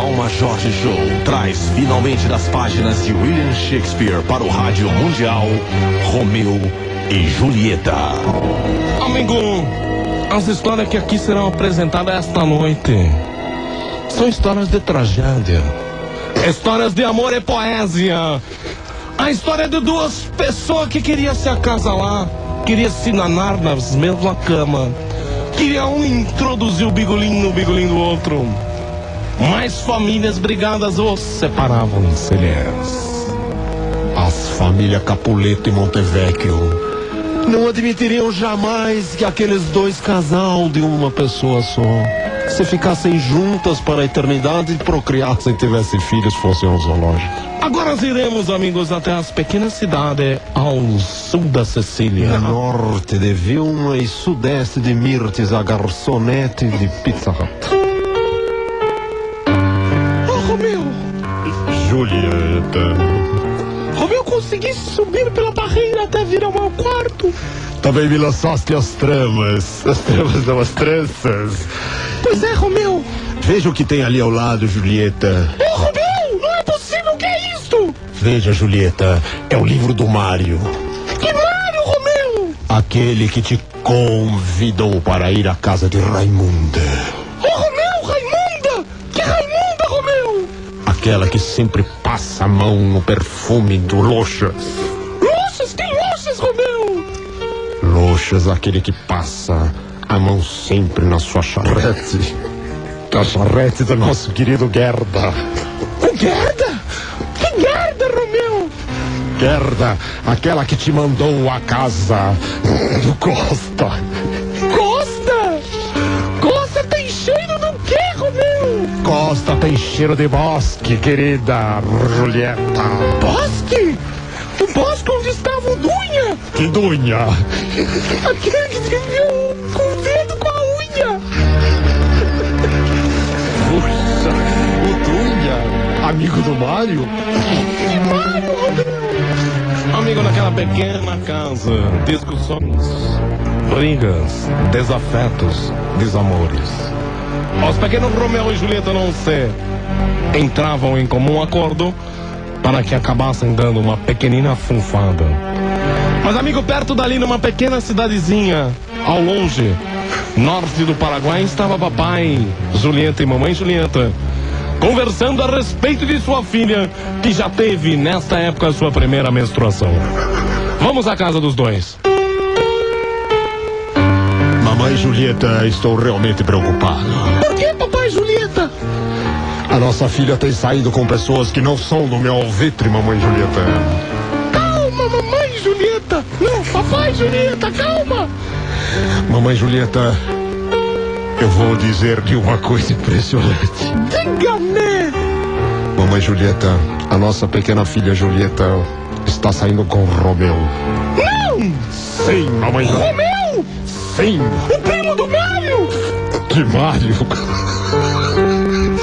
Morte Show traz finalmente das páginas de William Shakespeare para o rádio mundial Romeu e Julieta. Amigo, as histórias que aqui serão apresentadas esta noite são histórias de tragédia, histórias de amor e poesia. A história de duas pessoas que queriam se acasalar, queriam se nanar na mesma cama, queria um introduzir o bigolinho no bigolinho do outro. Mas famílias brigadas os separavam. Silêncio. As famílias Capuleto e Montevecchio Não admitiriam jamais que aqueles dois casal de uma pessoa só se ficassem juntas para a eternidade e procriassem, tivessem filhos, fossem um zoológico. Agora iremos, amigos, até as pequenas cidades ao sul da Sicília. Norte de Vilma e sudeste de Mirtes, a garçonete de Pizza Hut. Oh, Romeu! Julieta. Romeu, consegui subir pela barreira até vir ao meu quarto. Também me lançaste as tramas. As tramas não, as tranças. Pois é, Romeu. Veja o que tem ali ao lado, Julieta. Oh, Romeu, não é possível, o que é isto? Veja, Julieta, é o livro do Mário. Que Mário, Romeu! Aquele que te convidou para ir à casa de Raimunda. Oh, Romeu, Raimunda! Que Raimunda, Romeu! Aquela que sempre passa a mão no perfume do Loxa. Luxas, que luxas, Romeu! Loxas, aquele que passa a mão sempre na sua charrete. Na charrete do nosso querido Gerda. Que Gerda! Que Gerda, Romeu! Gerda, aquela que te mandou a casa do Costa. Costa! Costa tem cheiro do quê, Romeu? Costa tem cheiro de bosque, querida Julieta. Bosque? O bosque onde estava o Dunha! Que dunha! Aquele que viveu com o dedo com a unha! Puxa, o Dunha, amigo do Mário. Que Mário, Romeu! Amigo, naquela pequena casa, discussões, brigas, desafetos, desamores. Os pequenos Romeu e Julieta não se entravam em comum acordo para que acabassem dando uma pequenina funfada. Mas, amigo, perto dali, numa pequena cidadezinha, ao longe, norte do Paraguai, estava papai Julieta e mamãe Julieta conversando a respeito de sua filha, que já teve, nesta época, a sua primeira menstruação. Vamos à casa dos dois. Mamãe Julieta, estou realmente preocupado. Por que, papai Julieta? A nossa filha tem saído com pessoas que não são do meu alvitre, mamãe Julieta. Calma, mamãe Julieta! Não, papai Julieta, calma! Mamãe Julieta, eu vou dizer-lhe uma coisa impressionante. Diga-me! Mamãe Julieta, a nossa pequena filha Julieta está saindo com o Romeu. Não! Sim, mamãe Julieta. Romeu! Sim, O primo do Mário! de Mário.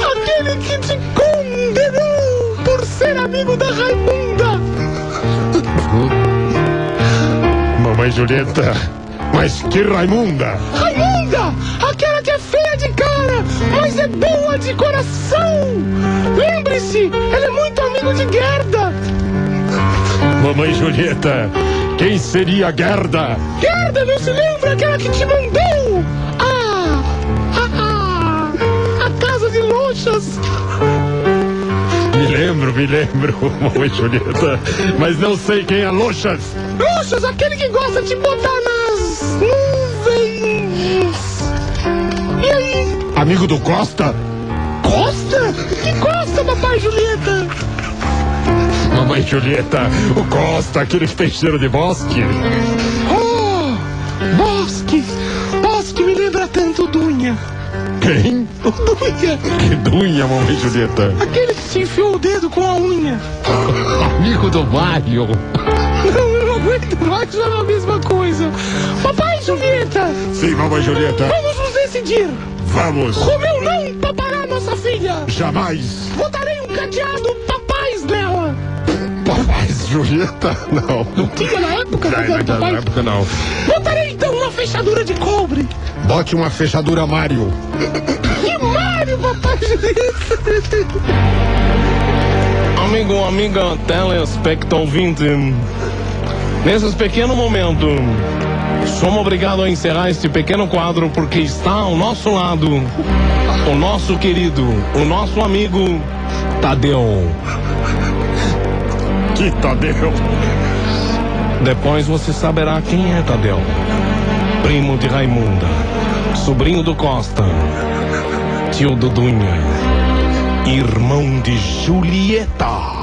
Aquele que te condenou por ser amigo da Raimunda! Mamãe Julieta, mas que Raimunda. Raimunda! Aquela que é feia de cara, mas é boa de coração! Lembre-se, ela é muito amigo de Gerda! Mamãe Julieta, quem seria Gerda? Gerda, não se lembra aquela que te mandou? Ah! ah, ah a casa de lojas! Me lembro, me lembro, mamãe Julieta, mas não sei quem é Loxas. Luxas, aquele que gosta de botar nas nuvens. E aí, Amigo do Costa? Costa? Que Costa, papai Julieta? Mamãe Julieta, o Costa, aquele que tem cheiro de bosque. Oh, Bosque. Bosque me lembra tanto o Dunha. Quem? O Dunha, Que dunha, mamãe Julieta. aquele que te enfiou o dedo com a unha. Amigo do Mário. Não, eu não aguento mais falar a mesma coisa. Papai Julieta, Sim, mamãe Julieta. vamos nos decidir. Vamos. Romeu não papará nossa filha. Jamais. Botarei um cadeado papais nela. Papai Julieta, não. Tinha na época Não, do naquela papai. época não. Botarei então uma fechadura de cobre. Bote uma fechadura Mário. Que Mário, papai Julieta. Amigo, amiga, telespecto ouvinte, nesses pequeno momento, somos obrigados a encerrar este pequeno quadro porque está ao nosso lado o nosso querido, o nosso amigo Tadeu. Que Tadeu! Depois você saberá quem é Tadeu. Primo de Raimunda, sobrinho do Costa, tio do Dunha, irmão de Julieta.